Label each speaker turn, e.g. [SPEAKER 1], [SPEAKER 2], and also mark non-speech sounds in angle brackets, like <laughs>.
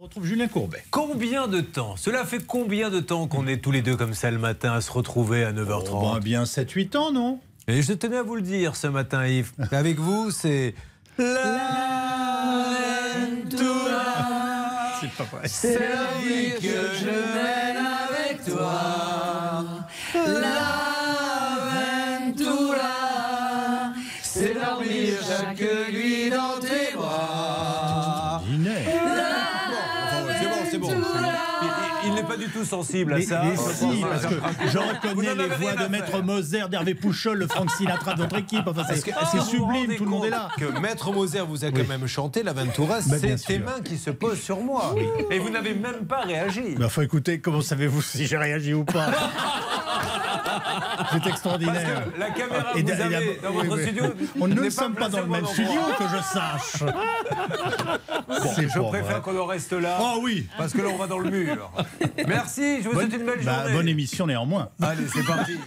[SPEAKER 1] retrouve Julien Courbet.
[SPEAKER 2] Combien de temps Cela fait combien de temps qu'on est tous les deux comme ça le matin à se retrouver à 9h30
[SPEAKER 1] Oh, bah. ben, bien 7-8 ans, non
[SPEAKER 2] Et je tenais à vous le dire ce matin, Yves.
[SPEAKER 1] <laughs>
[SPEAKER 2] Avec vous, c'est.
[SPEAKER 1] C'est pas vrai.
[SPEAKER 2] C'est la vie que je mène avec toi. L'aventura, c'est dormir chaque nuit dans tes
[SPEAKER 1] Ah.
[SPEAKER 2] bras.
[SPEAKER 1] Dîner.
[SPEAKER 2] C'est bon, c'est bon. Il- Il il n'est pas du tout sensible à
[SPEAKER 1] Mais,
[SPEAKER 2] ça. Ah,
[SPEAKER 1] mais si, parce que je reconnais
[SPEAKER 2] Vous n'en
[SPEAKER 1] les
[SPEAKER 2] avez
[SPEAKER 1] voix
[SPEAKER 2] rien à
[SPEAKER 1] de Maître Moser, d'Hervé Pouchol, le Frank Sinatra de votre équipe. Enfin, c'est c'est
[SPEAKER 2] Ah, Vous vous
[SPEAKER 1] sublime,
[SPEAKER 2] rendez
[SPEAKER 1] tout le monde
[SPEAKER 2] compte
[SPEAKER 1] est là. Bah,
[SPEAKER 2] Que Maître Moser vous a quand même chanté la Ventura,
[SPEAKER 1] bien
[SPEAKER 2] c'est
[SPEAKER 1] sûr.
[SPEAKER 2] tes mains qui se posent sur moi. Et vous n'avez même pas réagi.
[SPEAKER 1] Mais enfin, écoutez, comment savez-vous si j'ai réagi ou pas C'est
[SPEAKER 2] Parce
[SPEAKER 1] extraordinaire.
[SPEAKER 2] que la caméra
[SPEAKER 1] euh,
[SPEAKER 2] que
[SPEAKER 1] Et
[SPEAKER 2] vous
[SPEAKER 1] d'a- et
[SPEAKER 2] avez
[SPEAKER 1] d'ab-
[SPEAKER 2] dans
[SPEAKER 1] oui,
[SPEAKER 2] votre
[SPEAKER 1] oui.
[SPEAKER 2] studio.
[SPEAKER 1] On
[SPEAKER 2] n'est
[SPEAKER 1] ne sommes pas
[SPEAKER 2] placée
[SPEAKER 1] dans
[SPEAKER 2] au
[SPEAKER 1] le
[SPEAKER 2] bon
[SPEAKER 1] même
[SPEAKER 2] endroit.
[SPEAKER 1] studio, que je sache.
[SPEAKER 2] <laughs>
[SPEAKER 1] Bon,
[SPEAKER 2] Je
[SPEAKER 1] pas
[SPEAKER 2] préfère
[SPEAKER 1] vrai.
[SPEAKER 2] qu'on en reste là.
[SPEAKER 1] Oh oui
[SPEAKER 2] Parce que
[SPEAKER 1] <laughs>
[SPEAKER 2] là, on va dans le mur. Merci, je vous
[SPEAKER 1] Bonne-
[SPEAKER 2] souhaite une belle
[SPEAKER 1] bah,
[SPEAKER 2] journée.
[SPEAKER 1] Bonne émission néanmoins.
[SPEAKER 2] Allez, c'est parti.